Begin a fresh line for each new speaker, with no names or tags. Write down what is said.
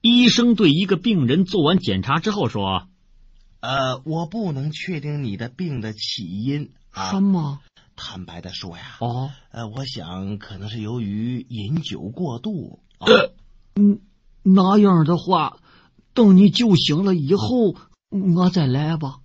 医生对一个病人做完检查之后说
呃，我不能确定你的病的起因：“啊
什。么？
坦白的说呀，
哦，
呃，我想可能是由于饮酒过度。啊
那样的话，等你酒醒了以后，我再来吧。